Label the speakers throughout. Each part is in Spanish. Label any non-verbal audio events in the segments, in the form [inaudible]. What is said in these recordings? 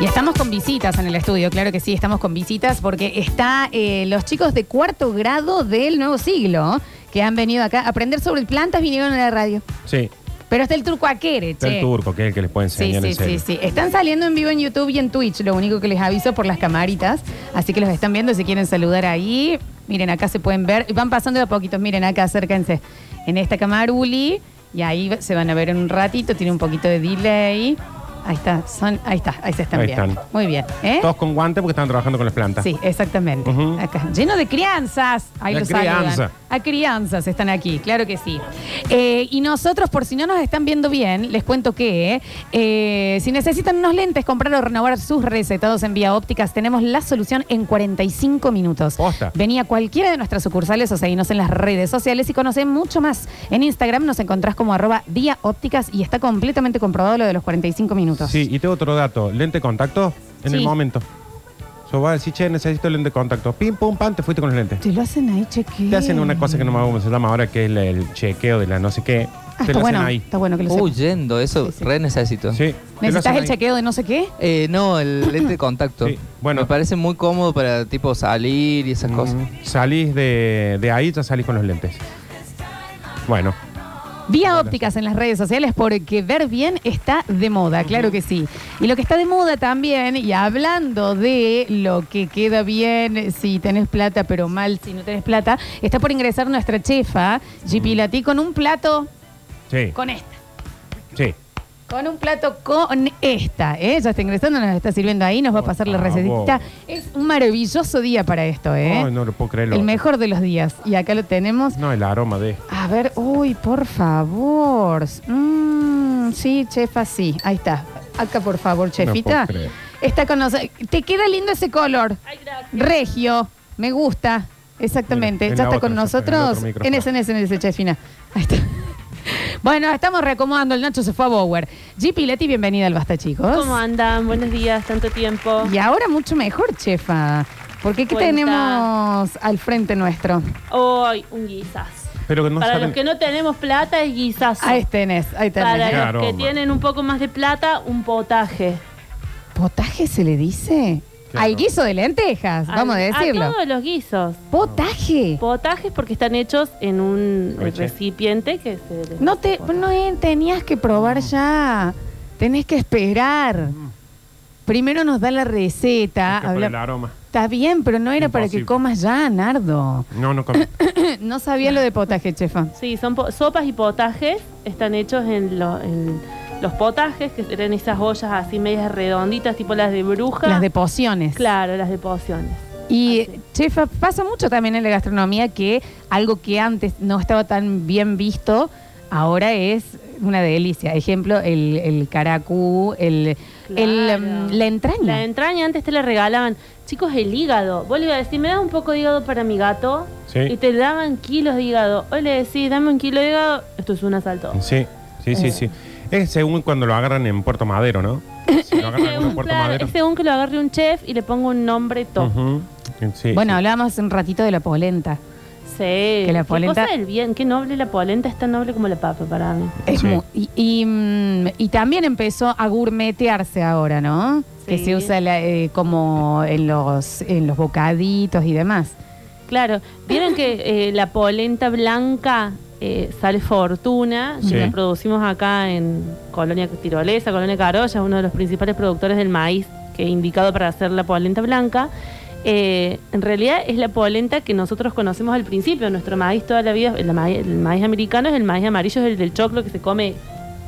Speaker 1: Y estamos con visitas en el estudio, claro que sí, estamos con visitas porque está eh, los chicos de cuarto grado del nuevo siglo que han venido acá a aprender sobre plantas, vinieron a la radio.
Speaker 2: Sí,
Speaker 1: Pero está el turco aquere,
Speaker 2: está
Speaker 1: che.
Speaker 2: el turco, que es el que les puede
Speaker 1: Sí,
Speaker 2: enseñar
Speaker 1: sí,
Speaker 2: en
Speaker 1: sí,
Speaker 2: serio.
Speaker 1: sí. Están saliendo en vivo en YouTube y en Twitch, lo único que les aviso por las camaritas. Así que los están viendo, si quieren saludar ahí, miren, acá se pueden ver. Y Van pasando de a poquitos, miren, acá acérquense. En esta camaruli, y ahí se van a ver en un ratito, tiene un poquito de delay. Ahí está, son, ahí está, ahí se están
Speaker 2: Ahí
Speaker 1: viendo.
Speaker 2: están.
Speaker 1: Muy bien, ¿eh?
Speaker 2: Todos con guantes porque están trabajando con las plantas.
Speaker 1: Sí, exactamente.
Speaker 2: Ujú.
Speaker 1: Acá, lleno de crianzas. Ahí
Speaker 2: La
Speaker 1: los
Speaker 2: crianza.
Speaker 1: saludan. A crianzas están aquí, claro que sí. Eh, y nosotros, por si no nos están viendo bien, les cuento que eh, si necesitan unos lentes, comprar o renovar sus recetados en Vía Ópticas, tenemos la solución en 45 minutos.
Speaker 2: Posta.
Speaker 1: Vení a cualquiera de nuestras sucursales o seguinos en las redes sociales y conocé mucho más. En Instagram nos encontrás como arroba Vía Ópticas y está completamente comprobado lo de los 45 minutos.
Speaker 2: Sí, y tengo otro dato. Lente de contacto en
Speaker 1: Sí.
Speaker 2: el momento. Yo voy a decir, che, necesito lente de contacto. Pim, pum, pam, te fuiste con los lentes.
Speaker 1: Te lo hacen ahí, cheque.
Speaker 2: Te hacen una cosa que no me acuerdo cómo se llama ahora, que es la- el chequeo de la no sé qué.
Speaker 1: Ah,
Speaker 2: te
Speaker 1: está
Speaker 2: lo
Speaker 1: bueno,
Speaker 2: hacen ahí.
Speaker 1: está bueno que lo sepas.
Speaker 3: Huyendo, eso
Speaker 1: Sí, sí.
Speaker 3: re necesito.
Speaker 2: Sí, te lo
Speaker 1: ¿Necesitas
Speaker 2: hacen
Speaker 1: el
Speaker 2: ahí.
Speaker 1: chequeo de no sé qué?
Speaker 3: Eh, no, el lente de contacto.
Speaker 2: Sí, bueno.
Speaker 3: Me parece muy cómodo para tipo salir y esas cosas.
Speaker 2: Mm, Salís de, de ahí, ya salís con los lentes. Bueno,
Speaker 1: Vía ópticas en las redes sociales porque ver bien está de moda, claro que sí. Y lo que está de moda también, y hablando de lo que queda bien si tenés plata, pero mal si no tenés plata, está por ingresar nuestra chefa,
Speaker 2: Mm.
Speaker 1: Gipilati, con un plato
Speaker 2: sí,
Speaker 1: con esta.
Speaker 2: sí.
Speaker 1: Con un plato con esta, ¿eh? Ya está ingresando, nos está sirviendo ahí, nos va a
Speaker 2: Por
Speaker 1: pasar la
Speaker 2: favor.
Speaker 1: recetita. Es un maravilloso día para esto, ¿eh?
Speaker 2: Ay, no lo puedo creer. lo-
Speaker 1: El mejor de los días. Y acá lo tenemos.
Speaker 2: No, el aroma de...
Speaker 1: A ver, uy, por favor. Mm, sí, chefa, sí. Ahí está. Acá, por favor, chefita.
Speaker 2: No puedo creer.
Speaker 1: está con nosotros. Te queda lindo ese color. Regio, me gusta. Exactamente.
Speaker 2: Mira, en
Speaker 1: ya
Speaker 2: la
Speaker 1: está
Speaker 2: otra,
Speaker 1: con
Speaker 2: ya está, en el
Speaker 1: nosotros.
Speaker 2: otro micrófono.
Speaker 1: En ese, en ese, en ese, chefina. Ahí está. [laughs] Bueno, estamos reacomodando. El Nacho se fue a Bower. G. Leti, bienvenida al Basta, chicos.
Speaker 4: ¿Cómo andan? Buenos días, tanto tiempo.
Speaker 1: Y ahora mucho mejor, chefa. Porque ¿qué
Speaker 4: Cuenta.
Speaker 1: tenemos al frente nuestro?
Speaker 4: Hoy un guisas.
Speaker 2: Pero que no
Speaker 4: Para
Speaker 2: saben...
Speaker 4: los que no tenemos plata es guisazo.
Speaker 1: Ahí tenés, ahí tenés.
Speaker 4: Para los
Speaker 2: Aroma.
Speaker 4: que tienen un poco más de plata, un potaje.
Speaker 1: ¿Potaje se le dice?
Speaker 2: Claro.
Speaker 1: Al guiso de lentejas, vamos a
Speaker 4: Al-
Speaker 1: decirlo.
Speaker 4: A todos los guisos.
Speaker 1: ¿Potaje?
Speaker 4: Potajes porque están hechos en un eh,
Speaker 2: Aproveché.
Speaker 4: recipiente que se...
Speaker 1: No, te, no eh, tenías que probar ya. Tenés que esperar. Primero nos da la receta.
Speaker 2: que por
Speaker 1: habla-
Speaker 2: Mm, el aroma.
Speaker 1: Está bien, pero no era para que
Speaker 2: Imposible.
Speaker 1: comas ya, Nardo. [laughs]
Speaker 2: No, no comí.
Speaker 1: no sabía lo de potaje, chefa.
Speaker 4: Sí, son po- sopas y potajes. Están hechos en, lo- en los potajes, que eran esas ollas así medias redonditas, tipo las de bruja.
Speaker 1: Las de pociones.
Speaker 4: Claro, las de pociones.
Speaker 1: Y
Speaker 4: Así.
Speaker 1: chefa, pasa mucho también en la gastronomía que algo que antes no estaba tan bien visto, ahora es una delicia. Ejemplo, el, el caracú, el, el,
Speaker 4: Claro.
Speaker 1: em, la entraña.
Speaker 4: La entraña antes te la regalaban. Chicos, el hígado. Vos le ibas a decir, me das un poco de hígado para mi gato.
Speaker 2: Sí.
Speaker 4: Y te daban kilos de hígado. Hoy le decís, dame un kilo de hígado. Esto es un asalto.
Speaker 2: Sí, sí, sí, sí. Es según cuando lo agarran en Puerto Madero, ¿no? Si
Speaker 4: [laughs]
Speaker 2: lo agarran en
Speaker 4: Según,
Speaker 2: Puerto
Speaker 4: claro,
Speaker 2: Madero.
Speaker 4: es según que lo agarre un chef y le pongo un nombre top.
Speaker 2: Ujú. Sí,
Speaker 1: bueno,
Speaker 2: sí.
Speaker 1: hablábamos hace un ratito de la polenta.
Speaker 4: Sí.
Speaker 1: Que la
Speaker 4: Qué
Speaker 1: polenta-
Speaker 4: cosa del bien. Qué noble la polenta. Es tan noble como la papa para mí.
Speaker 1: Es
Speaker 2: Sí.
Speaker 1: mu- y, y, mm, y también empezó a gourmetearse ahora, ¿no? Que
Speaker 4: Sí.
Speaker 1: se usa la- eh, como en los, en los bocaditos y demás.
Speaker 4: Claro. Vieron que eh, la polenta blanca eh, sale fortuna.
Speaker 2: Sí.
Speaker 4: Que la producimos acá en Colonia Tirolesa, Colonia Carolla, uno de los principales productores del maíz que es indicado para hacer la polenta blanca. Eh, en realidad es la polenta que nosotros conocemos al principio. Nuestro maíz toda la vida, el maíz, el maíz americano es el maíz amarillo, es el del choclo que se come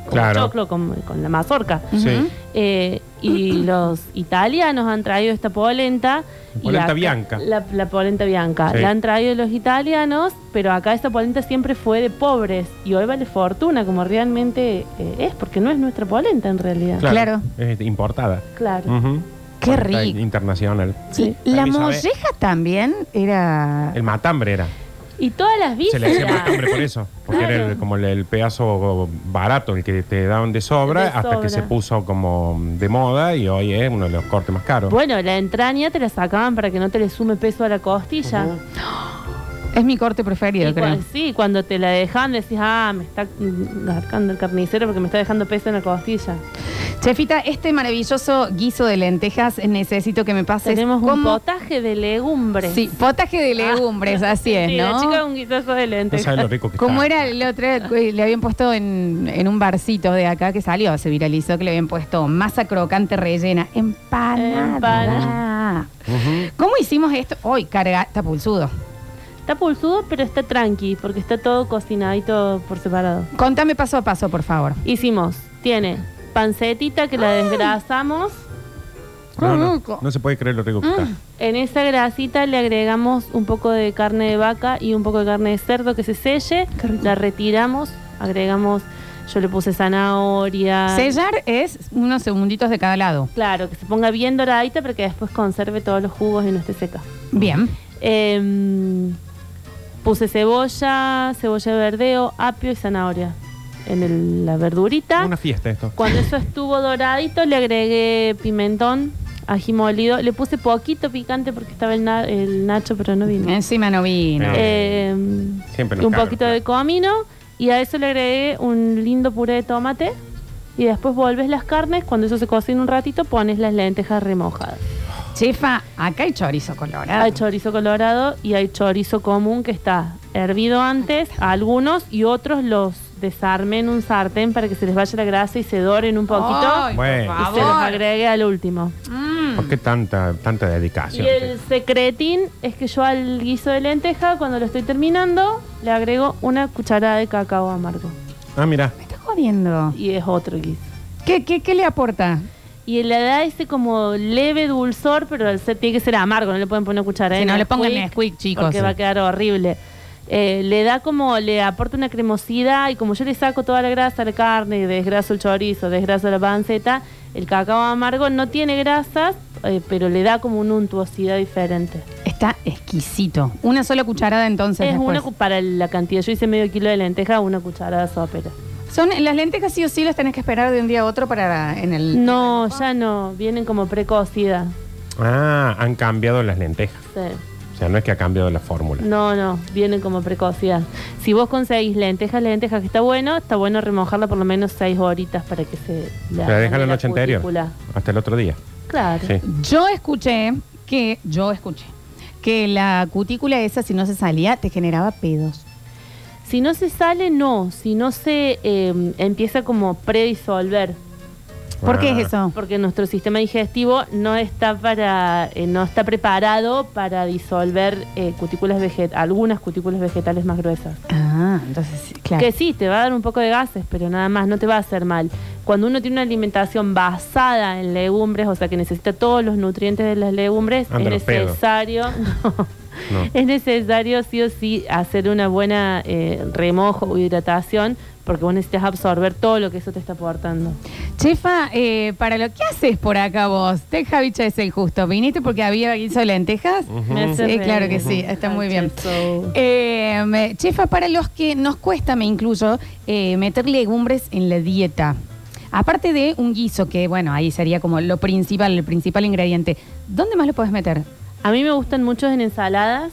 Speaker 4: con
Speaker 2: Claro.
Speaker 4: choclo, con, con la mazorca.
Speaker 2: Sí.
Speaker 1: Ujú.
Speaker 4: Eh,
Speaker 2: [clears throat]
Speaker 4: y los italianos han traído esta polenta. y
Speaker 2: Polenta
Speaker 4: acá-
Speaker 2: bianca.
Speaker 4: La, la polenta bianca.
Speaker 2: Sí.
Speaker 4: La han traído los italianos, pero acá esta polenta siempre fue de pobres. Y hoy vale fortuna, como realmente eh, es, porque no es nuestra polenta en realidad.
Speaker 1: Claro.
Speaker 2: Es importada.
Speaker 4: Claro.
Speaker 2: Ujú.
Speaker 1: Qué
Speaker 2: Importada
Speaker 1: rico.
Speaker 2: Internacional.
Speaker 4: Sí.
Speaker 1: La
Speaker 2: A mí sabe-
Speaker 1: molleja también era...
Speaker 2: El matambre era.
Speaker 4: Y todas las
Speaker 2: Se le decía
Speaker 4: vísceras.
Speaker 2: matambre por eso. Porque
Speaker 4: Claro.
Speaker 2: era el- como el, el pedazo barato, el que te daban de sobra,
Speaker 4: De
Speaker 2: hasta que
Speaker 4: sobra.
Speaker 2: se puso como de moda y hoy es uno de los cortes
Speaker 4: Pues
Speaker 2: más caros.
Speaker 4: Bueno, la entraña te la sacaban para que no te le sume peso a la costilla.
Speaker 1: Es mi corte preferido,
Speaker 4: Y
Speaker 1: creo.
Speaker 4: cuan- sí, cuando te la dejan decís, ah, me está marcando el carnicero porque me está dejando peso en la costilla.
Speaker 1: Chefita, este maravilloso guiso de lentejas eh, necesito que me pases.
Speaker 4: Tenemos un
Speaker 1: cómo-
Speaker 4: potaje de legumbres.
Speaker 1: Sí, potaje de legumbres, así es,
Speaker 4: [laughs] Sí,
Speaker 1: ¿no?
Speaker 4: la chica un guisazo de
Speaker 2: No
Speaker 4: lentes.
Speaker 2: sabes lo rico que
Speaker 1: Como
Speaker 2: está.
Speaker 1: era el otro, eh, le habían puesto en, en un barcito de acá que salió, se viralizó, que le habían puesto masa crocante rellena, empanada.
Speaker 4: Empanada.
Speaker 2: Ujú.
Speaker 1: ¿Cómo hicimos esto? Hoy, carga, está pulsudo.
Speaker 4: Está pulsudo, pero está tranqui, porque está todo cocinadito por separado.
Speaker 1: Contame paso a paso, por favor.
Speaker 4: Hicimos, tiene pancetita que la desgrasamos.
Speaker 2: No,
Speaker 1: rico.
Speaker 2: no, no se puede creer lo
Speaker 4: Mm,
Speaker 2: rico que está.
Speaker 4: En esa grasita le agregamos un poco de carne de vaca y un poco de carne de cerdo que se selle.
Speaker 1: Qué rico.
Speaker 4: La retiramos, agregamos, yo le puse zanahoria.
Speaker 1: Sellar es unos segunditos de cada lado.
Speaker 4: Claro, que se ponga bien doradita para que después conserve todos los jugos y no esté seca.
Speaker 1: Bien.
Speaker 4: Em, puse cebolla, cebolla de verdeo, apio y zanahoria en el- la verdurita.
Speaker 2: Una fiesta esto.
Speaker 4: Cuando eso estuvo doradito le agregué pimentón, ají molido. Le puse poquito picante porque estaba el, na- el nacho, pero no vino.
Speaker 1: Encima no vino.
Speaker 2: Eh,
Speaker 4: Em,
Speaker 2: Siempre nos
Speaker 4: un
Speaker 2: cagan,
Speaker 4: poquito
Speaker 2: claro.
Speaker 4: de comino y a eso le agregué un lindo puré de tomate. Y después volves las carnes, cuando eso se cocina un ratito, pones las lentejas remojadas.
Speaker 1: Chefa, acá hay chorizo colorado.
Speaker 4: Hay chorizo colorado y hay chorizo común que está hervido antes, a algunos y otros los desarmen en un sartén para que se les vaya la grasa y se doren un poquito
Speaker 1: Ay, por
Speaker 2: Bueno.
Speaker 4: y se los
Speaker 1: favor.
Speaker 4: agregue al último.
Speaker 1: Mm.
Speaker 2: ¿Por qué tanta, tanta
Speaker 4: Y
Speaker 2: dedicación?
Speaker 4: el secretín es que yo al guiso de lenteja, cuando lo estoy terminando, le agrego una cucharada de cacao amargo.
Speaker 2: Ah, mira.
Speaker 1: Me está jodiendo.
Speaker 4: Y es otro guiso.
Speaker 1: ¿Qué, qué, qué le aporta?
Speaker 4: Y le da ese como leve dulzor, pero al ser- tiene que ser amargo, no le pueden poner cuchara
Speaker 1: Si
Speaker 4: de
Speaker 1: no le pongan
Speaker 4: Nesquik,
Speaker 1: Nesquik, chicos.
Speaker 4: Porque va a quedar horrible. Eh, le da como, le aporta una cremosidad y como yo le saco toda la grasa a la carne, desgraso el chorizo, desgraso la panceta, el cacao amargo no tiene grasas, eh, pero le da como una untuosidad diferente.
Speaker 1: Está exquisito. Una sola cucharada entonces.
Speaker 4: es
Speaker 1: después.
Speaker 4: una cu- para la cantidad, yo hice medio kilo de lenteja, una cucharada sopera.
Speaker 1: Son las lentejas sí o sí las tenés que esperar de un día a otro para en el.
Speaker 4: No, ya no, vienen como precocidas.
Speaker 2: Ah, han cambiado las lentejas.
Speaker 4: Sí.
Speaker 2: O sea, no es que ha cambiado la fórmula.
Speaker 4: No, no, vienen como precocidad. Si vos conseguís lentejas, lentejas que está bueno, está bueno remojarla por lo menos seis horitas para que se
Speaker 2: Te la dejan la noche anterior.
Speaker 4: cutícula.
Speaker 2: Hasta el otro día.
Speaker 4: Claro.
Speaker 2: Sí.
Speaker 1: Yo escuché que yo escuché que la cutícula esa si no se salía te generaba pedos.
Speaker 4: Si no se sale, no. Si no se eh, empieza como predisolver.
Speaker 1: ¿Por qué
Speaker 2: Ah.
Speaker 1: es eso?
Speaker 4: Porque nuestro sistema digestivo no está para, eh, no está preparado para disolver eh, cutículas veget- algunas cutículas vegetales más gruesas.
Speaker 1: Ah, entonces sí, claro.
Speaker 4: Que sí, te va a dar un poco de gases, pero nada más, no te va a hacer mal. Cuando uno tiene una alimentación basada en legumbres, o sea que necesita todos los nutrientes de las legumbres,
Speaker 2: Anda los
Speaker 4: es
Speaker 2: pedos.
Speaker 4: necesario,
Speaker 2: No.
Speaker 4: es necesario sí o sí hacer una buena eh, remojo o hidratación, porque vos necesitas absorber todo lo que eso te está aportando.
Speaker 1: Chefa, eh, para lo que haces por acá vos, te Javicha es el justo. ¿Viniste porque había guiso de lentejas?
Speaker 2: Ujú.
Speaker 4: Me hace
Speaker 1: Sí,
Speaker 4: reír.
Speaker 1: claro que sí, está muy bien.
Speaker 4: Cheso.
Speaker 1: Eh, me- chefa, para los que nos cuesta, me incluyo, eh, meter legumbres en la dieta. Aparte de un guiso, que bueno, ahí sería como lo principal, el principal ingrediente. ¿Dónde más lo puedes meter?
Speaker 4: A mí me gustan muchos en ensaladas.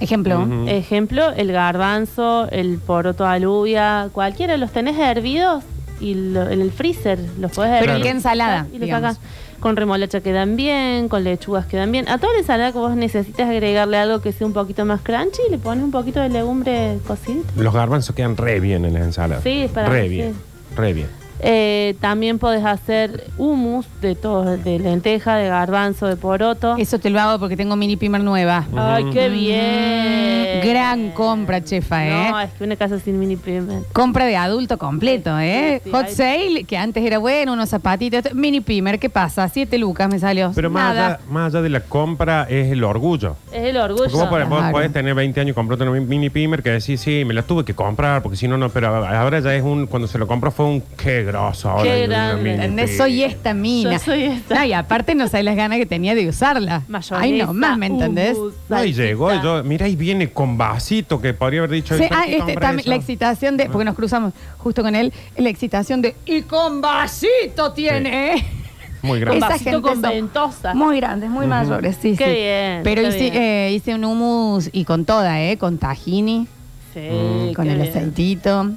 Speaker 1: Ejemplo.
Speaker 2: Ujú.
Speaker 4: Ejemplo, el garbanzo, el poroto alubia, cualquiera, los tenés hervidos y lo- en el freezer los podés hervir.
Speaker 1: Pero ¿en qué ensalada?
Speaker 4: Y los
Speaker 1: digamos?
Speaker 4: sacás. Con remolacha quedan bien, con lechugas quedan bien. A toda la ensalada que vos necesitas agregarle algo que sea un poquito más crunchy, le pones un poquito de legumbre cocidita.
Speaker 2: Los garbanzos quedan re bien en la ensalada.
Speaker 4: Sí, es para-
Speaker 2: Re
Speaker 4: sí.
Speaker 2: bien. Re bien.
Speaker 4: Eh, también podés hacer hummus de todo, de lenteja, de garbanzo, de poroto.
Speaker 1: Eso te lo hago porque tengo mini pimer nueva.
Speaker 4: ¡Ay, qué bien!
Speaker 1: Mm, gran compra, chefa, ¿eh?
Speaker 4: No, es que una casa sin mini pigment.
Speaker 1: Compra de adulto completo, ¿eh?
Speaker 4: Sí, sí,
Speaker 1: Hot
Speaker 4: hay-
Speaker 1: sale, que antes era bueno, unos zapatitos. esto- Mini pimer, ¿qué pasa? Siete lucas me
Speaker 4: Pues
Speaker 1: salió.
Speaker 2: Pero más
Speaker 1: Nada.
Speaker 2: allá, más allá de la compra es el orgullo.
Speaker 4: Es el orgullo.
Speaker 2: Porque vos, podés- vos
Speaker 1: Claro.
Speaker 2: podés tener 20 años y comprarte una mini pimer que decís, sí, me la tuve que comprar, porque si no, no, pero ahora ya es un, cuando se lo compró fue un, qué grosso ahora.
Speaker 4: Qué
Speaker 2: hay una
Speaker 4: grande.
Speaker 2: mini
Speaker 1: ¿Entendés?
Speaker 2: pimer".
Speaker 1: Soy esta mina.
Speaker 4: Yo soy esta.
Speaker 1: No, y aparte no sabés las ganas que tenía de usarla.
Speaker 4: Mayonesa,
Speaker 1: Ay, no, más, ¿me entendés?
Speaker 4: hummus,
Speaker 2: No, y
Speaker 4: salsita.
Speaker 2: llegó, y yo, mira, y viene con vasito que podría haber dicho.
Speaker 1: Sí,
Speaker 2: "¿Para
Speaker 1: ah,
Speaker 2: qué
Speaker 1: este,
Speaker 2: compras
Speaker 1: también,
Speaker 2: eso?".
Speaker 1: la excitación de, porque nos cruzamos justo con él, la excitación de, y con vasito tiene.
Speaker 2: Muy grande.
Speaker 1: Esa
Speaker 4: vasito
Speaker 1: gente
Speaker 4: con
Speaker 1: son
Speaker 4: ventosa.
Speaker 1: Muy grandes, muy
Speaker 2: Ujú.
Speaker 1: mayores, sí,
Speaker 4: Qué
Speaker 1: sí.
Speaker 4: bien,
Speaker 1: Pero
Speaker 4: qué
Speaker 1: hice,
Speaker 4: bien.
Speaker 1: eh, hice un hummus y con toda, ¿eh? Con tahini,
Speaker 4: Sí,
Speaker 2: Mm.
Speaker 1: con
Speaker 4: qué
Speaker 1: el
Speaker 4: bien.
Speaker 1: aceitito.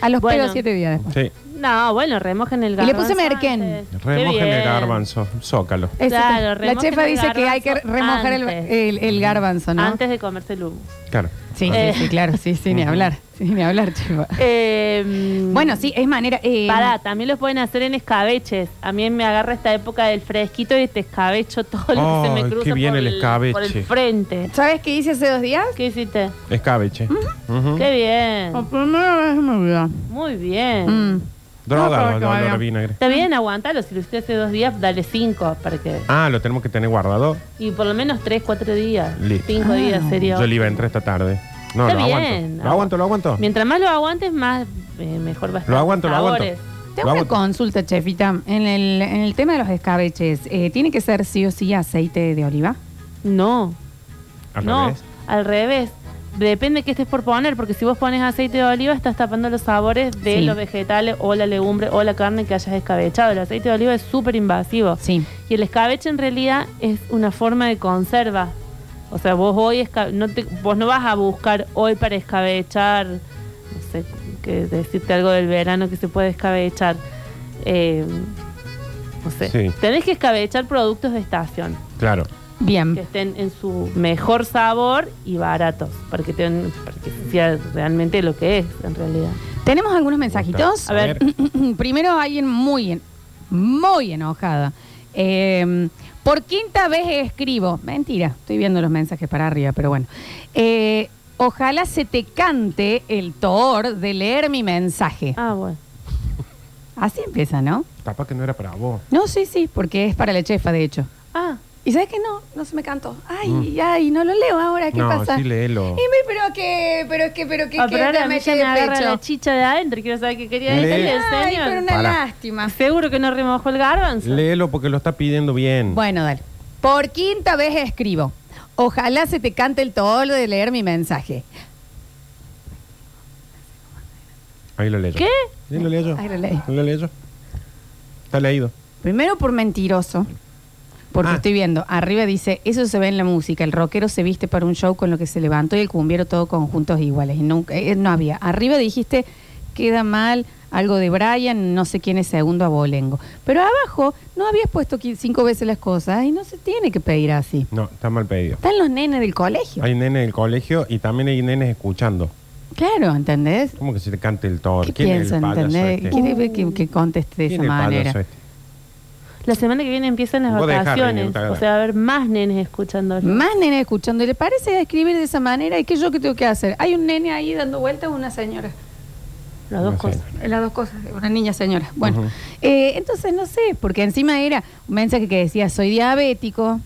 Speaker 1: A los
Speaker 4: Bueno.
Speaker 1: pelos siete días después.
Speaker 2: Sí.
Speaker 4: No, bueno, remojen el
Speaker 1: Y le
Speaker 4: garbanzo.
Speaker 1: puse merquén.
Speaker 4: antes. Qué
Speaker 2: Remojen el
Speaker 4: bien.
Speaker 2: garbanzo. Zócalo.
Speaker 1: Eso
Speaker 4: Claro,
Speaker 1: está. la
Speaker 4: remojen
Speaker 1: chefa
Speaker 4: el
Speaker 1: dice que hay que
Speaker 4: garbanzo
Speaker 1: remojar el,
Speaker 4: antes.
Speaker 1: el- el garbanzo, ¿no?
Speaker 4: Antes de comerse el humo.
Speaker 2: Claro. Ah,
Speaker 1: Sí,
Speaker 4: Eh.
Speaker 1: sí, sí, claro, sí, sí, ni
Speaker 2: Ujú.
Speaker 1: hablar. Sí, ni hablar, chefa.
Speaker 4: Eh,
Speaker 1: [laughs] Bueno, sí, es manera. eh,
Speaker 4: Pará, también los pueden hacer en escabeches. A mí me agarra esta época del fresquito y te escabecho todo lo que se
Speaker 2: Ay,
Speaker 4: me cruza
Speaker 2: qué bien
Speaker 4: por,
Speaker 2: el
Speaker 4: por el
Speaker 2: escabeche.
Speaker 4: frente.
Speaker 1: ¿Sabes qué hice hace dos días?
Speaker 4: ¿Qué hiciste?
Speaker 2: Escabeche. Ujú.
Speaker 4: Qué bien.
Speaker 1: primera vez en mi vida.
Speaker 4: Muy bien.
Speaker 1: Oh. Mm.
Speaker 2: Drogado
Speaker 1: No,
Speaker 2: el
Speaker 1: no, no,
Speaker 2: olor a
Speaker 1: no.
Speaker 2: vinagre.
Speaker 4: Está bien, aguantalo. Si lo hiciste hace dos días, dale cinco. Para que...
Speaker 2: Ah, lo tenemos que tener guardado.
Speaker 4: Y por lo menos tres, cuatro días.
Speaker 2: Listo.
Speaker 4: Cinco
Speaker 1: Ah.
Speaker 4: días, serio.
Speaker 2: Yo le iba a entrar esta tarde. No,
Speaker 4: Está
Speaker 2: lo
Speaker 4: bien.
Speaker 2: aguanto. Lo aguanto, lo aguanto.
Speaker 4: Mientras más lo aguantes, más eh, mejor va a estar.
Speaker 2: Lo aguanto, lo aguanto.
Speaker 4: Sabores.
Speaker 1: Tengo
Speaker 2: Lo
Speaker 1: una
Speaker 2: aguanto.
Speaker 1: consulta, chefita. En el, en el tema de los escabeches, eh, ¿tiene que ser sí o sí aceite de oliva?
Speaker 4: No.
Speaker 2: Al
Speaker 4: no,
Speaker 2: revés.
Speaker 4: al revés. Depende que estés por poner, porque si vos pones aceite de oliva estás tapando los sabores de
Speaker 1: Sí.
Speaker 4: los vegetales o la legumbre o la carne que hayas escabechado. El aceite de oliva es súper invasivo.
Speaker 1: Sí.
Speaker 4: Y el escabeche en realidad es una forma de conserva. O sea, vos hoy esca- no te- vos no vas a buscar hoy para escabechar, no sé, que decirte algo del verano que se puede escabechar. Eh, no sé.
Speaker 2: Sí.
Speaker 4: Tenés que escabechar productos de estación
Speaker 2: Claro.
Speaker 1: Bien.
Speaker 4: que estén en su mejor sabor y baratos, para que, tengan, para que sea realmente lo que es en realidad.
Speaker 1: Tenemos algunos mensajitos.
Speaker 4: A ver.
Speaker 1: [clears throat] Primero, alguien muy, en- muy enojada. Eh, por quinta vez escribo. Mentira, estoy viendo los mensajes para arriba, pero bueno. Eh, ojalá se te cante el toor de leer mi mensaje.
Speaker 4: Ah, bueno.
Speaker 1: Así empieza, ¿no?
Speaker 2: Capaz que no era para vos.
Speaker 1: No, sí, sí, porque es para la chefa, de hecho.
Speaker 4: Ah,
Speaker 1: ¿Y sabes que no? No se me cantó. Ay, ay, no lo leo ahora, ¿qué
Speaker 2: Mm. no,
Speaker 1: pasa?
Speaker 2: sí,
Speaker 1: Y
Speaker 2: léelo.
Speaker 1: me, pero que, pero que, pero que,
Speaker 4: ah,
Speaker 1: que
Speaker 4: pero ahora a mí
Speaker 1: mete
Speaker 4: ya me
Speaker 1: de
Speaker 4: agarra
Speaker 1: pecho.
Speaker 4: la chicha de adentro, quiero saber qué quería
Speaker 2: Le-
Speaker 4: decirle el
Speaker 1: Ay,
Speaker 4: señor.
Speaker 1: pero una
Speaker 2: Pará.
Speaker 1: lástima.
Speaker 4: Seguro que no remojó el garbanzo.
Speaker 2: Léelo porque lo está pidiendo bien.
Speaker 1: Bueno, dale. Por quinta vez escribo. Ojalá se te cante el todo de leer mi mensaje.
Speaker 2: Ahí lo leo. yo.
Speaker 4: ¿Qué?
Speaker 2: Sí, lo leo. yo.
Speaker 1: Ahí lo leí.
Speaker 2: Lo leo. yo. Está leído.
Speaker 1: Primero por mentiroso. Porque
Speaker 2: Ah.
Speaker 1: estoy viendo, arriba dice, eso se ve en la música, el rockero se viste para un show con lo que se levantó y el cumbiero todo conjuntos iguales. Y nunca, eh, no había. Arriba dijiste, queda mal, algo de Brian, no sé quién es segundo abolengo. Pero abajo no habías puesto qui- cinco veces las cosas y no se tiene que pedir así.
Speaker 2: No, está mal pedido.
Speaker 1: Están los nenes del colegio.
Speaker 2: Hay nenes del colegio y también hay nenes escuchando.
Speaker 1: Claro, ¿entendés?
Speaker 2: ¿Cómo que se te cante el toro?
Speaker 1: ¿Qué
Speaker 2: ¿Quién es el
Speaker 1: piensan,
Speaker 2: payaso
Speaker 1: entendés?
Speaker 2: este?
Speaker 1: ¿Qué debe que, que conteste de esa
Speaker 2: ¿Quién es el
Speaker 1: manera?
Speaker 2: payaso este?
Speaker 4: La semana que viene empiezan las
Speaker 2: Vos dejá,
Speaker 4: vacaciones.
Speaker 2: Rini, te agarra.
Speaker 4: o sea, va a haber más nenes escuchando.
Speaker 1: Más nene escuchando. ¿Y le parece escribir de esa manera? ¿Y qué yo qué tengo que hacer? Hay un nene ahí dando vueltas, una señora.
Speaker 4: Las dos
Speaker 2: No sé.
Speaker 4: cosas.
Speaker 1: Las dos cosas, una niña señora. Bueno,
Speaker 2: Ujú.
Speaker 1: eh, entonces no sé, porque encima era un mensaje que decía, soy diabético.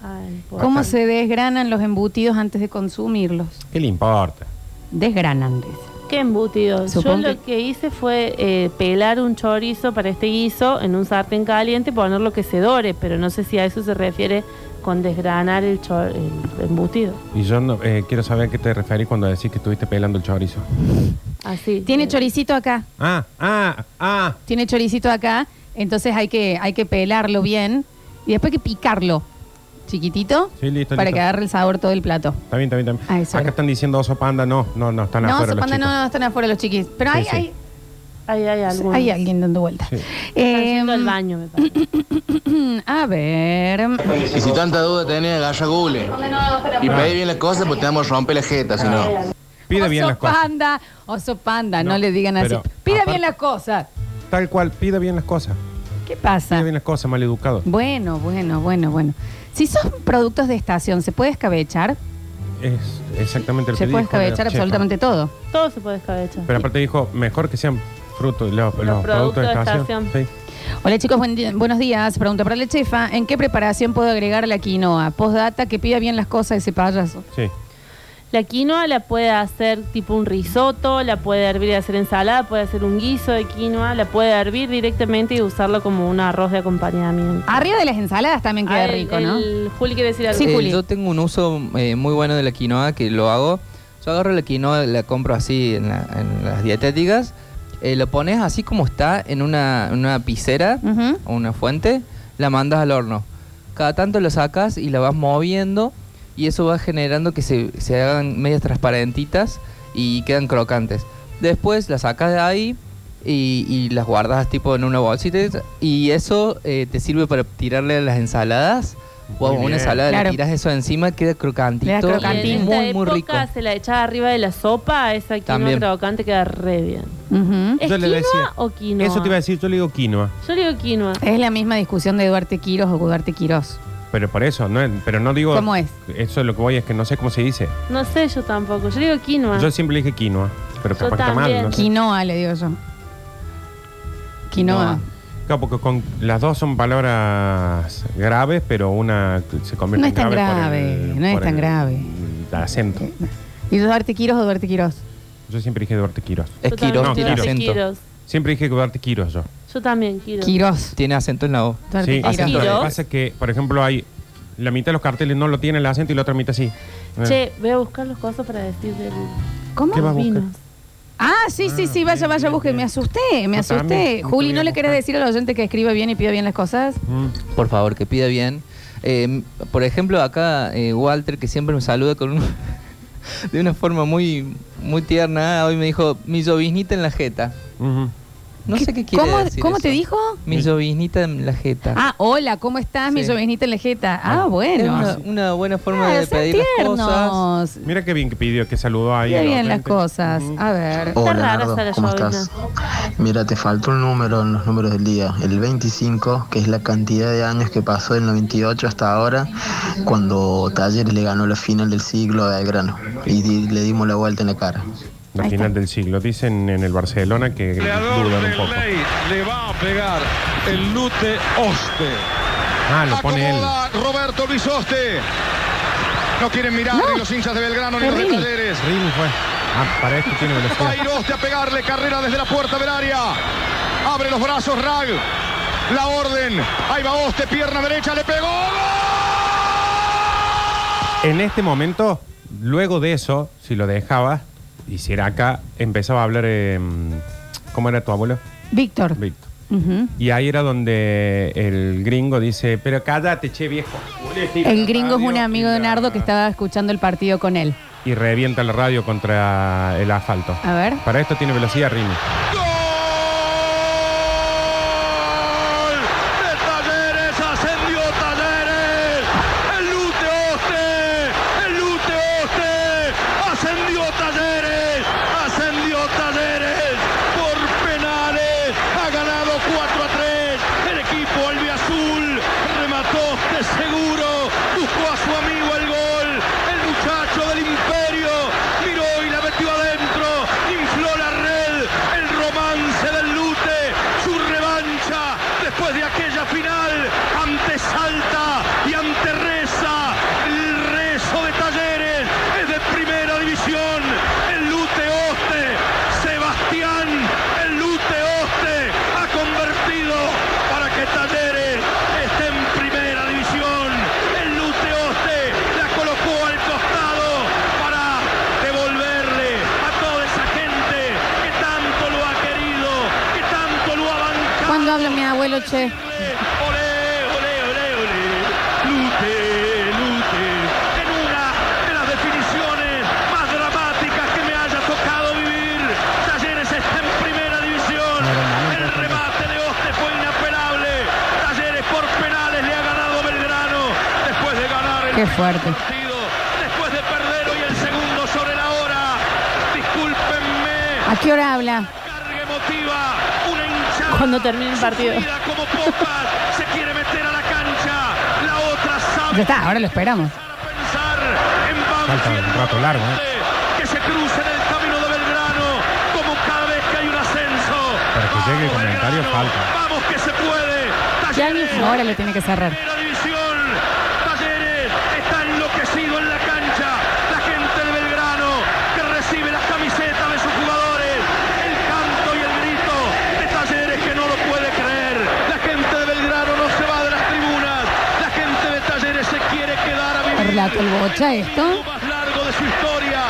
Speaker 4: Ay, por-
Speaker 1: ¿Cómo se
Speaker 2: Bastante.
Speaker 1: desgranan los embutidos antes de consumirlos?
Speaker 2: ¿Qué le importa?
Speaker 1: Desgranan. dice.
Speaker 4: Qué embutido.
Speaker 1: Supongo
Speaker 4: Yo
Speaker 1: que-
Speaker 4: lo que hice fue eh, pelar un chorizo para este guiso en un sartén caliente y ponerlo que se dore, pero no sé si a eso se refiere con desgranar el, chor- el embutido.
Speaker 2: Y yo no, eh, quiero saber a qué te referís cuando decís que estuviste pelando el chorizo.
Speaker 4: Así.
Speaker 1: Tiene
Speaker 4: Eh,
Speaker 1: choricito acá,
Speaker 2: Ah, ah, ah.
Speaker 1: tiene choricito acá, entonces hay que, hay que pelarlo bien y después hay que picarlo. Chiquitito,
Speaker 2: Sí, listo,
Speaker 1: para
Speaker 2: listo.
Speaker 1: que agarre el sabor todo el plato.
Speaker 2: Está bien, está bien, está bien.
Speaker 1: Ah, eso
Speaker 2: Acá
Speaker 1: era.
Speaker 2: están diciendo oso panda, no, no, no, están
Speaker 1: No,
Speaker 2: afuera los
Speaker 1: Zapanda,
Speaker 2: chicos.
Speaker 1: no, no, están afuera los chiquis. Pero
Speaker 2: Sí,
Speaker 1: hay,
Speaker 2: sí.
Speaker 1: hay-
Speaker 4: Ahí hay algunos.
Speaker 1: hay alguien dando Em, vueltas.
Speaker 2: Sí.
Speaker 4: Están yendo al
Speaker 1: Eh,
Speaker 4: baño, me parece.
Speaker 1: [clears throat] a ver.
Speaker 5: Y si tanta duda tenés, agarra Google. Y pedí bien las cosas, pues te vamos a romper la jeta, si no.
Speaker 2: Pide
Speaker 1: oso
Speaker 2: bien las cosas.
Speaker 1: panda, oso panda, no,
Speaker 2: No,
Speaker 1: le digan así.
Speaker 2: pero
Speaker 1: Pida
Speaker 2: aparte-
Speaker 1: bien las cosas.
Speaker 2: Tal cual, pide bien las cosas.
Speaker 1: ¿Qué pasa?
Speaker 2: Pide bien las cosas, mal educado.
Speaker 1: Bueno, bueno, bueno, bueno. Si son productos de estación, ¿se puede escabechar?
Speaker 2: Es exactamente lo
Speaker 1: Se
Speaker 2: que
Speaker 1: puede
Speaker 2: dijo la
Speaker 1: escabechar
Speaker 2: chefa.
Speaker 1: absolutamente todo.
Speaker 4: Todo se puede escabechar.
Speaker 2: Pero aparte dijo, mejor que sean frutos, los, los
Speaker 4: Los
Speaker 2: productos de estación. Sí.
Speaker 1: Hola chicos, buen día- buenos días. Pregunta para la chefa, ¿en qué preparación puedo agregar la quinoa? Postdata, que pida bien las cosas ese payaso.
Speaker 2: sí.
Speaker 4: La quinoa la puede hacer tipo un risotto, la puede hervir y hacer ensalada, puede hacer un guiso de quinoa, la puede hervir directamente y usarlo como un arroz de acompañamiento.
Speaker 1: Arriba de las ensaladas también Ah, queda
Speaker 4: Ah, el-
Speaker 1: rico, ¿no?
Speaker 4: el- Juli quiere decir algo.
Speaker 1: Sí,
Speaker 3: Eh,
Speaker 1: Juli.
Speaker 3: Yo tengo un uso eh, muy bueno de la quinoa que lo hago. Yo agarro la quinoa, la compro así en, la- en las dietéticas eh, lo pones así como está en una, en una picera
Speaker 1: Ujú.
Speaker 3: o una fuente, la mandas al horno. Cada tanto lo sacas y la vas moviendo y eso va generando que se, se hagan medias transparentitas y quedan crocantes. Después las sacas de ahí y, y las guardas tipo en una bolsita y eso eh, te sirve para tirarle a las ensaladas. O a
Speaker 2: Muy
Speaker 3: una
Speaker 2: bien.
Speaker 3: ensalada
Speaker 1: Claro.
Speaker 3: le tiras eso encima, queda crocantito.
Speaker 1: Le das
Speaker 3: y
Speaker 1: crocantín.
Speaker 4: Y en esta
Speaker 3: Muy, muy rico.
Speaker 4: época se la echaba arriba de la sopa, esa quinoa
Speaker 3: También.
Speaker 4: crocante queda re bien.
Speaker 1: Ujú.
Speaker 4: ¿Es
Speaker 2: Yo le
Speaker 4: quinoa
Speaker 2: decía-
Speaker 4: o quinoa?
Speaker 2: Eso te iba a decir, yo le digo quinoa.
Speaker 4: Yo le digo quinoa.
Speaker 1: Es la misma discusión de Duarte Quiros o Duarte Quirós.
Speaker 2: Pero por eso, no, pero no digo.
Speaker 1: ¿Cómo es?
Speaker 2: Eso es lo que voy, es que no sé cómo se dice.
Speaker 4: No sé yo tampoco. Yo le digo quinoa.
Speaker 2: Yo siempre le dije quinoa, pero
Speaker 4: Yo
Speaker 2: capaz está mal.
Speaker 4: también.
Speaker 2: No sé.
Speaker 1: Quinoa, le digo yo. Quinoa.
Speaker 3: Quinoa.
Speaker 2: Claro, porque con, las dos son palabras graves, pero una se convierte
Speaker 1: No
Speaker 2: en
Speaker 1: es tan grave, no es
Speaker 2: por
Speaker 1: tan
Speaker 2: el-
Speaker 1: grave.
Speaker 2: el acento.
Speaker 1: ¿Y Duarte Quiros o Duarte Quirós?
Speaker 2: Yo siempre dije Duarte Quiros.
Speaker 3: Es
Speaker 4: Yo también
Speaker 3: Quiroz,
Speaker 2: No,
Speaker 4: te
Speaker 3: tiene
Speaker 4: digo
Speaker 3: acento.
Speaker 4: Quiroz.
Speaker 2: Siempre dije Duarte Quiros yo.
Speaker 4: Yo también, Quiroz.
Speaker 1: Quirós.
Speaker 3: Tiene acento en la O.
Speaker 1: Duarte
Speaker 2: Sí,
Speaker 1: Quirós.
Speaker 2: acento.
Speaker 4: Quiroz.
Speaker 2: Lo que pasa es que, por ejemplo, hay la mitad de los carteles no lo tienen el acento y la otra mitad sí. Eh,
Speaker 4: Che, voy a buscar los cosas para decir del
Speaker 1: ¿Cómo?
Speaker 2: ¿Qué vas a buscar?
Speaker 4: vinos.
Speaker 1: Ah, sí, sí, sí, vaya,
Speaker 2: bien,
Speaker 1: vaya,
Speaker 2: bien,
Speaker 1: busque.
Speaker 2: bien.
Speaker 1: Me asusté, me
Speaker 2: Ah,
Speaker 1: asusté.
Speaker 2: también, no
Speaker 1: Juli,
Speaker 2: te
Speaker 1: ¿no
Speaker 2: voy a
Speaker 1: le querés
Speaker 2: buscar.
Speaker 1: decir al oyente que escriba bien y pida bien las cosas?
Speaker 2: mm.
Speaker 3: Por favor, que pida bien. Eh, por ejemplo, acá eh, Walter, que siempre me saluda con un- [laughs] de una forma muy, muy tierna, ah, hoy me dijo, mi lloviznita en la jeta.
Speaker 2: Ujú.
Speaker 3: No sé qué quiere
Speaker 1: ¿Cómo,
Speaker 3: decir
Speaker 1: ¿cómo
Speaker 3: eso.
Speaker 1: te dijo?
Speaker 3: Mi lloviznita en la jeta.
Speaker 1: Ah, hola, ¿cómo estás, mi
Speaker 3: Sí.
Speaker 1: jovenita en lejeta? Ah,
Speaker 2: Ah,
Speaker 3: Es
Speaker 1: bueno.
Speaker 3: una, una buena forma
Speaker 1: Ah,
Speaker 3: de
Speaker 1: sean
Speaker 3: pedir las cosas.
Speaker 1: tiernos.
Speaker 2: Mira qué bien que pidió, que saludó ahí.
Speaker 1: Pide
Speaker 2: a la
Speaker 1: bien las
Speaker 2: gente.
Speaker 1: cosas. Ah,
Speaker 2: Ujú.
Speaker 1: A ver.
Speaker 4: Está
Speaker 6: Hola
Speaker 4: rara
Speaker 6: Nardo,
Speaker 4: esa
Speaker 6: ¿cómo
Speaker 4: llovizna.
Speaker 6: estás? Mira, te faltó un número en los números del día, el 25, que es la cantidad de años que pasó del 98 hasta ahora, cuando Talleres le ganó la final del siglo a Belgrano y di- le dimos la vuelta en la cara.
Speaker 2: La
Speaker 1: Ahí
Speaker 2: final
Speaker 1: está.
Speaker 2: del siglo. Dicen en el Barcelona que dudan un poco.
Speaker 7: le va a pegar el Lute Oste.
Speaker 2: Ah, lo pone él.
Speaker 7: Acomoda Roberto Luis Oste. No quieren mirar ni los hinchas de Belgrano ni los de
Speaker 1: Rini.
Speaker 7: Talleres.
Speaker 2: Rini fue. Ah, para esto tiene
Speaker 7: Va a
Speaker 2: velocidad.
Speaker 7: ir Oste a pegarle carrera desde la puerta del área. Abre los brazos Rag. La orden. Ahí va Oste, pierna derecha, le pegó.
Speaker 2: En este momento, luego de eso, si lo dejabas, hiciera acá, empezaba a hablar. eh, ¿Cómo era tu abuelo?
Speaker 1: Víctor.
Speaker 2: Víctor.
Speaker 1: Ujú.
Speaker 2: Y ahí era donde el gringo dice: Pero cállate, che viejo.
Speaker 1: El gringo es un amigo de Nardo que
Speaker 2: está
Speaker 1: estaba escuchando el partido con él.
Speaker 2: Y revienta la radio contra el asfalto.
Speaker 1: A ver.
Speaker 2: Para esto tiene velocidad Rini.
Speaker 7: ¡Gol! De Talleres, ascendió Talleres. El Lute Oste, el Lute Oste. Ascendió Talleres, ascendió Talleres. Por penales, ha ganado 4 a 3. El equipo albiazul remató de seguro. Buscó a su amigo el gol. El muchacho del imperio miró y la metió adentro. Infló la red. El romance del Lute. Su revancha después de aquella final ante Salta y ante Reza. El rezo de Talleres es de primera división. El Lute Oste. Sebastián, el Lute Oste ha convertido para que Talleres esté en primera división. El Lute Oste la colocó al costado para devolverle a toda esa gente que tanto lo ha querido, que tanto lo ha bancado.
Speaker 1: ¿Cuándo habla mi abuelo, che?
Speaker 7: Olé, olé, olé, olé. Lute, Lute. En una de las definiciones más dramáticas que me haya tocado vivir. Talleres está en primera división. El remate de Oste fue inapelable. Talleres por penales le ha ganado Belgrano. Después de ganar el
Speaker 1: Qué
Speaker 7: primer
Speaker 1: fuerte.
Speaker 7: partido, después de perder hoy el segundo sobre la hora. Discúlpenme
Speaker 1: ¿A qué hora habla?
Speaker 7: carga emotiva, una hinchada.
Speaker 4: Cuando termine el partido.
Speaker 7: sufrida como pocas, se quiere meter a la cancha. La otra sabe
Speaker 1: Ya está, ahora lo esperamos.
Speaker 7: empezar a pensar en
Speaker 2: Falta
Speaker 7: Banfield
Speaker 2: un rato largo, ¿eh?
Speaker 7: Norte, que se cruce en el camino de Belgrano como cada vez que hay un ascenso.
Speaker 2: Para que llegue el
Speaker 7: Vamos,
Speaker 2: comentario,
Speaker 7: Belgrano,
Speaker 2: falta.
Speaker 7: Vamos que se puede. Talleres,
Speaker 1: Ahora lo tiene que cerrar.
Speaker 7: Primera división. Talleres está enloquecido en la cancha. La gente de Belgrano que recibe las camisetas de sus jugadores. El canto y el grito de Talleres que no lo puede creer. La gente de Belgrano no se va de las tribunas. La gente de Talleres se quiere quedar a vivir.
Speaker 1: Relato el bocha esto.
Speaker 7: más largo de su historia.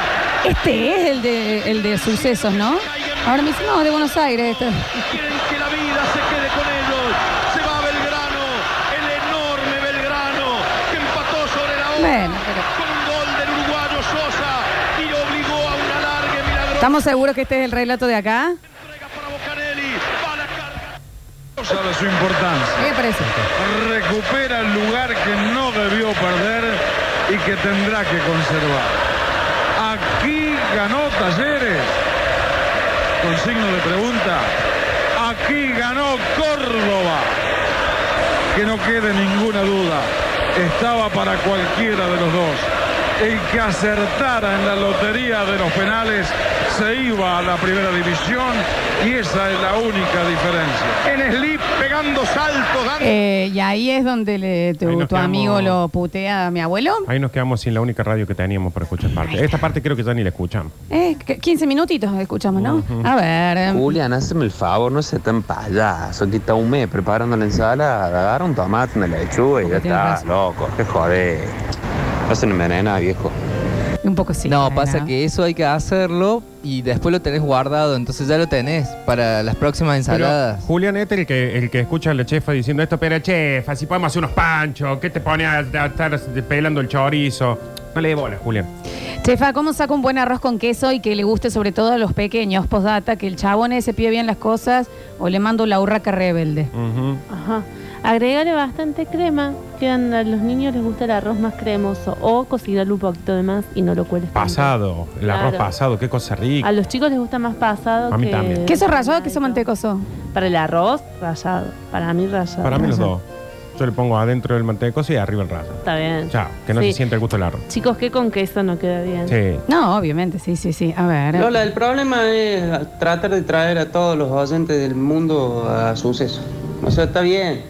Speaker 1: Este es el de, el de sucesos, ¿no?
Speaker 7: Caiga en
Speaker 1: Ahora me dicen, no, de Buenos Aires. este. esto.
Speaker 7: Quieren que la vida se quede con ellos. Se va Belgrano, el enorme Belgrano, que empató sobre la hora
Speaker 1: Bueno, pero-
Speaker 7: con un gol del uruguayo Sosa y obligó a una larga milagrosa
Speaker 1: ¿Estamos seguros que este es el relato de acá?
Speaker 7: entrega para Bocanelli. Va a la carga.
Speaker 8: Sabe su importancia.
Speaker 1: ¿Qué me parece?
Speaker 8: Recupera el lugar que no debió perder y que tendrá que conservar. Aquí ganó Talleres. Con signo de pregunta. Aquí ganó Córdoba. Que no quede ninguna duda. Estaba para cualquiera de los dos. El que acertara en la lotería de los penales se iba a la primera división y esa es la única diferencia.
Speaker 7: En slip, pegando saltos, dando...
Speaker 1: Eh, y ahí es donde le- tu,
Speaker 2: Ahí nos
Speaker 1: tu amigo
Speaker 2: quedamos.
Speaker 1: lo putea a mi abuelo.
Speaker 2: Ahí nos quedamos sin la única radio que teníamos para escuchar parte. Esta parte creo que ya ni la escuchamos.
Speaker 1: Eh, qu- 15 minutitos escuchamos, ¿no? A ver. em,
Speaker 9: Julián, hazme el favor, no seas tan payaso. Que está un mes preparando la ensalada. Agarra un tomate, una lechuga y ya
Speaker 1: Porque tiene
Speaker 9: está,
Speaker 1: razón.
Speaker 9: loco. Qué joder. Hacen envenena, viejo.
Speaker 1: Un poco sí.
Speaker 3: no,
Speaker 1: la
Speaker 3: pasa
Speaker 1: verdad.
Speaker 3: que eso hay que hacerlo y después lo tenés guardado, entonces ya lo tenés para las próximas
Speaker 2: Pero
Speaker 3: ensaladas.
Speaker 2: Julián este el que, el que escucha a la chefa diciendo esto, pero chefa, si podemos hacer unos panchos, ¿qué te pone a, a estar pelando el chorizo? No le dé bola, Julián.
Speaker 1: Chefa, ¿cómo saco un buen arroz con queso y que le guste sobre todo a los pequeños? Postdata, que el chabón ese pide bien las cosas o le mando la urraca rebelde.
Speaker 2: Ujú.
Speaker 4: Ajá. Agregale bastante crema, que a los niños les gusta el arroz más cremoso. O cocinarlo un poquito de más y no lo cueles. tanto.
Speaker 2: Pasado, el arroz
Speaker 4: Claro.
Speaker 2: pasado, qué cosa rica.
Speaker 4: A los chicos les gusta más pasado
Speaker 2: A mí
Speaker 4: que...
Speaker 2: también.
Speaker 1: ¿Queso rallado o queso mantecoso?
Speaker 4: Para el arroz, rallado. Para mí, rallado.
Speaker 2: Para mí los
Speaker 4: Rallado.
Speaker 2: dos. Yo le pongo adentro del mantecoso y arriba el raso.
Speaker 4: [laughs] Está bien.
Speaker 2: Chao, que no
Speaker 4: Sí.
Speaker 2: se siente el gusto del arroz.
Speaker 4: Chicos, que con queso no queda bien.
Speaker 2: Sí.
Speaker 1: No, obviamente, sí, sí, sí. A ver.
Speaker 10: Lola, el problema es tratar de traer a todos los oyentes del mundo a suceso. O sea, está bien,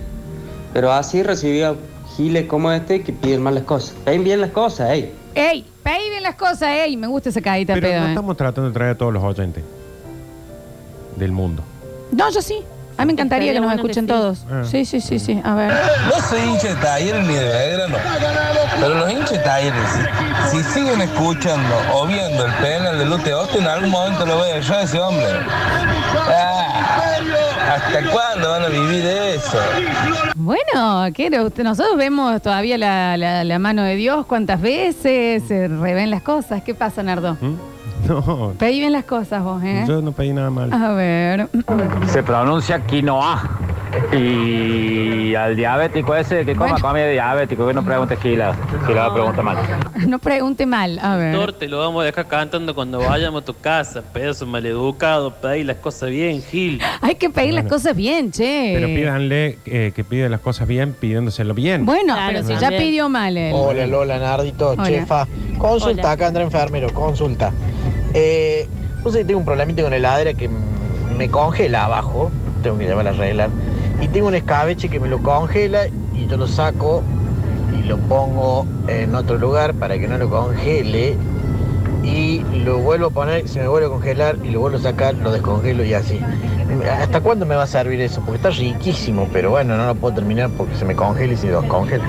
Speaker 10: pero así recibía giles como este que piden mal las cosas. Piden bien las cosas, ey.
Speaker 1: ¡Ey! Pedí bien las cosas, ey. Me gusta esa caída,
Speaker 2: Pero
Speaker 1: pedo.
Speaker 2: no
Speaker 1: eh.
Speaker 2: estamos tratando de traer a todos los oyentes del mundo. [laughs]
Speaker 1: No, yo sí. A mí me encantaría que
Speaker 4: Estaría
Speaker 1: nos
Speaker 4: bueno que
Speaker 1: escuchen
Speaker 4: sí.
Speaker 1: todos.
Speaker 2: Ah.
Speaker 1: Sí, sí, sí, sí. A ver.
Speaker 10: No soy hincha de Talleres ni de Belgrano, pero los hinchas de Talleres, si siguen escuchando o viendo el penal de Lute Oste, en algún momento lo voy a yo a ese hombre. Ah, ¿Hasta cuándo van a vivir eso?
Speaker 1: Bueno, ¿qué era usted? nosotros vemos todavía la, la- la mano de Dios cuántas veces se reven las cosas. ¿Qué pasa, Nardo?
Speaker 2: ¿Mm? No,
Speaker 1: Pedí bien las cosas vos, ¿eh?
Speaker 2: yo no pedí nada mal.
Speaker 1: A ver.
Speaker 11: Se pronuncia quinoa. Y al diabético ese que coma
Speaker 1: Bueno.
Speaker 11: comida de diabético, que no pregunte kilos. Kilos pregunta mal.
Speaker 1: No pregunte mal, a ver.
Speaker 10: te lo vamos a dejar cantando cuando vayamos a tu casa, pedazo maleducado, pedí las cosas bien, Gil.
Speaker 1: Hay que pedir las cosas bien, che.
Speaker 2: Pero pídanle eh, que pide las cosas bien, pidiéndoselo bien.
Speaker 1: Bueno,
Speaker 4: Claro,
Speaker 1: pero si
Speaker 4: también.
Speaker 1: ya pidió mal él.
Speaker 6: Hola Lola, Nardito,
Speaker 1: Hola.
Speaker 6: chefa. Consulta,
Speaker 4: Hola.
Speaker 6: acá André Enfermero, consulta. Eh, vos sabés que tengo un problemita con la heladera que mm, me congela abajo, tengo que llevar a arreglar. Y tengo un escabeche que me lo congela y yo lo saco y lo pongo en otro lugar para que no lo congele. Y lo vuelvo a poner, se me vuelve a congelar y lo vuelvo a sacar, lo descongelo y así. ¿Hasta cuándo me va a servir eso? Porque está riquísimo, pero bueno, no lo puedo terminar porque se me congela y se descongela.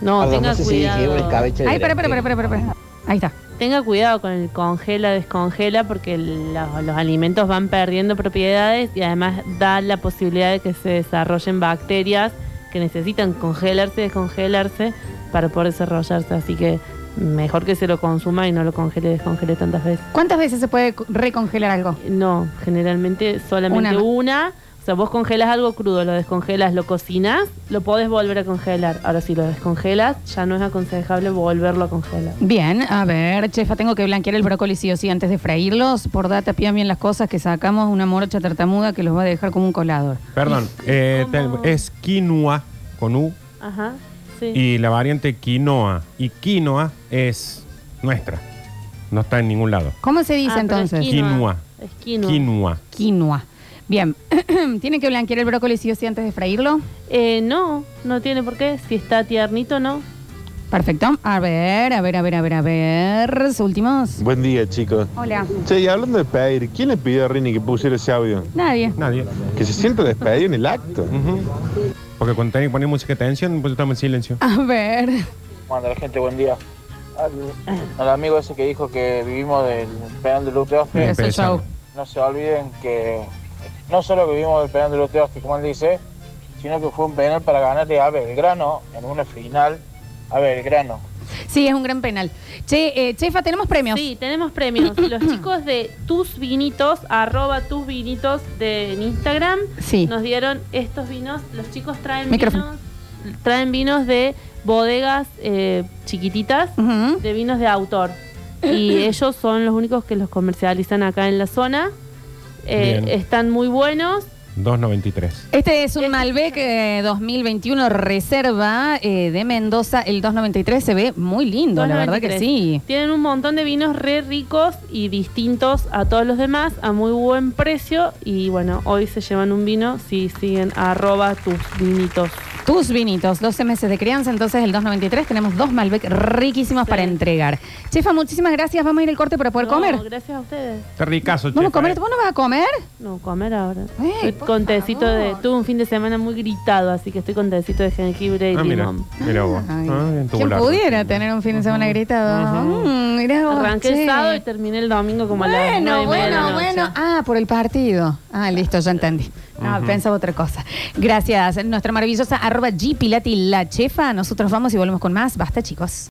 Speaker 4: No,
Speaker 6: Perdón,
Speaker 4: tenga
Speaker 6: no sé si dije un
Speaker 4: cuidado.
Speaker 6: escabeche de
Speaker 1: Ay, espera,
Speaker 6: delantero.
Speaker 1: espera, espera, espera, espera. Ahí está.
Speaker 4: tenga cuidado con el congela, descongela, porque el- la- los alimentos van perdiendo propiedades y además da la posibilidad de que se desarrollen bacterias que necesitan congelarse, descongelarse para poder desarrollarse. Así que mejor que se lo consuma y no lo congele, descongele tantas veces.
Speaker 1: ¿Cuántas veces se puede co- recongelar algo?
Speaker 4: No, generalmente solamente
Speaker 1: Una.
Speaker 4: una. O sea, vos congelas algo crudo, lo descongelas, lo cocinas, lo podés volver a congelar. Ahora, si lo descongelas, ya no es aconsejable volverlo a congelar.
Speaker 1: Bien, a ver, chefa, tengo que blanquear el brócoli sí o sí antes de freírlos. Por data, pidan bien las cosas que sacamos una morocha tartamuda que los va a dejar como un colador. [laughs]
Speaker 2: Perdón, eh,
Speaker 4: ¿Cómo?
Speaker 2: te- es quinoa con U
Speaker 4: Ajá, sí.
Speaker 2: y la variante quinoa. Y quinoa es nuestra. No está en ningún lado.
Speaker 1: ¿Cómo se dice
Speaker 4: Ah, pero es
Speaker 1: entonces?
Speaker 2: Quinoa.
Speaker 4: Es quinoa.
Speaker 2: Quinoa.
Speaker 1: Quinoa. Bien, [clears throat] ¿tiene que blanquear el brócoli sí o sí antes de freírlo?
Speaker 4: Eh, no, no tiene por qué. Si está tiernito, no.
Speaker 1: Perfecto. A ver, a ver, a ver, a ver, a ver. Últimos.
Speaker 8: Buen día, chicos.
Speaker 1: Hola.
Speaker 8: Che, y hablando de pedir, ¿quién le pidió a Rini que pusiera ese audio?
Speaker 1: Nadie.
Speaker 2: Nadie.
Speaker 8: Que se sienta despedido en el acto.
Speaker 2: Ujú. Porque cuando tenés que poner música de tensión, pues estamos en silencio.
Speaker 1: A ver.
Speaker 10: Manda la gente, buen día.
Speaker 4: Ah.
Speaker 10: Al, al amigo ese que dijo que vivimos del penal de Lute Oste,
Speaker 1: Eso,
Speaker 2: Empezamos.
Speaker 1: chau.
Speaker 12: no se olviden que no solo vivimos el penal de los que como él dice, sino que fue un penal para ganarle a Belgrano en una final a Belgrano.
Speaker 1: Sí, es un gran penal. Che, eh, Chefa, tenemos premios.
Speaker 4: Sí, tenemos
Speaker 1: [clears throat]
Speaker 4: premios. Los chicos de Tus Vinitos, arroba Tus Vinitos de en Instagram,
Speaker 1: Sí.
Speaker 4: nos dieron estos vinos. Los chicos traen
Speaker 1: Micrófono.
Speaker 4: vinos, traen vinos de bodegas eh, chiquititas, de vinos de autor.
Speaker 1: [clears throat]
Speaker 4: Y ellos son los únicos que los comercializan acá en la zona. Eh,
Speaker 2: Bien.
Speaker 4: están muy buenos.
Speaker 2: 293.
Speaker 1: Este es un Malbec eh, 2021 Reserva eh, de Mendoza. El 293 se ve muy lindo, la verdad que
Speaker 4: 293.
Speaker 1: sí.
Speaker 4: Tienen un montón de vinos re ricos y distintos a todos los demás, a muy buen precio. Y bueno, hoy se llevan un vino si siguen arroba tus vinitos.
Speaker 1: Tus vinitos, 12 meses de crianza, entonces el 293 tenemos dos Malbec riquísimos para entregar. Chefa, muchísimas gracias. Vamos a ir al corte para poder
Speaker 4: No,
Speaker 1: comer.
Speaker 4: Gracias a ustedes.
Speaker 2: Está ricazo,
Speaker 1: Vamos a
Speaker 2: chefa,
Speaker 1: comer.
Speaker 2: ¿eh?
Speaker 1: ¿Vos no vas a comer?
Speaker 4: No, comer ahora.
Speaker 1: Ey,
Speaker 4: Estoy
Speaker 1: por
Speaker 4: con tecito de.
Speaker 1: favor.
Speaker 4: Tuve un fin de semana muy gritado, así que estoy con tecito de jengibre y
Speaker 2: Ah, mira,
Speaker 4: limón.
Speaker 2: mira vos.
Speaker 1: Ay,
Speaker 2: Ah, en tu
Speaker 1: ¿Quién
Speaker 2: volar.
Speaker 1: pudiera tener un fin de semana gritado? Mm, mirá vos,
Speaker 4: Arranqué
Speaker 1: che.
Speaker 4: el sábado y terminé el domingo como a las nueve
Speaker 1: Bueno,
Speaker 4: y media de la
Speaker 1: bueno, bueno.
Speaker 4: noche.
Speaker 1: Ah, por el partido. Ah, listo, ya entendí. No, pensaba otra cosa. Gracias. Nuestra maravillosa arroba G Pilati, la chefa. Nosotros vamos y volvemos con más. Basta, chicos.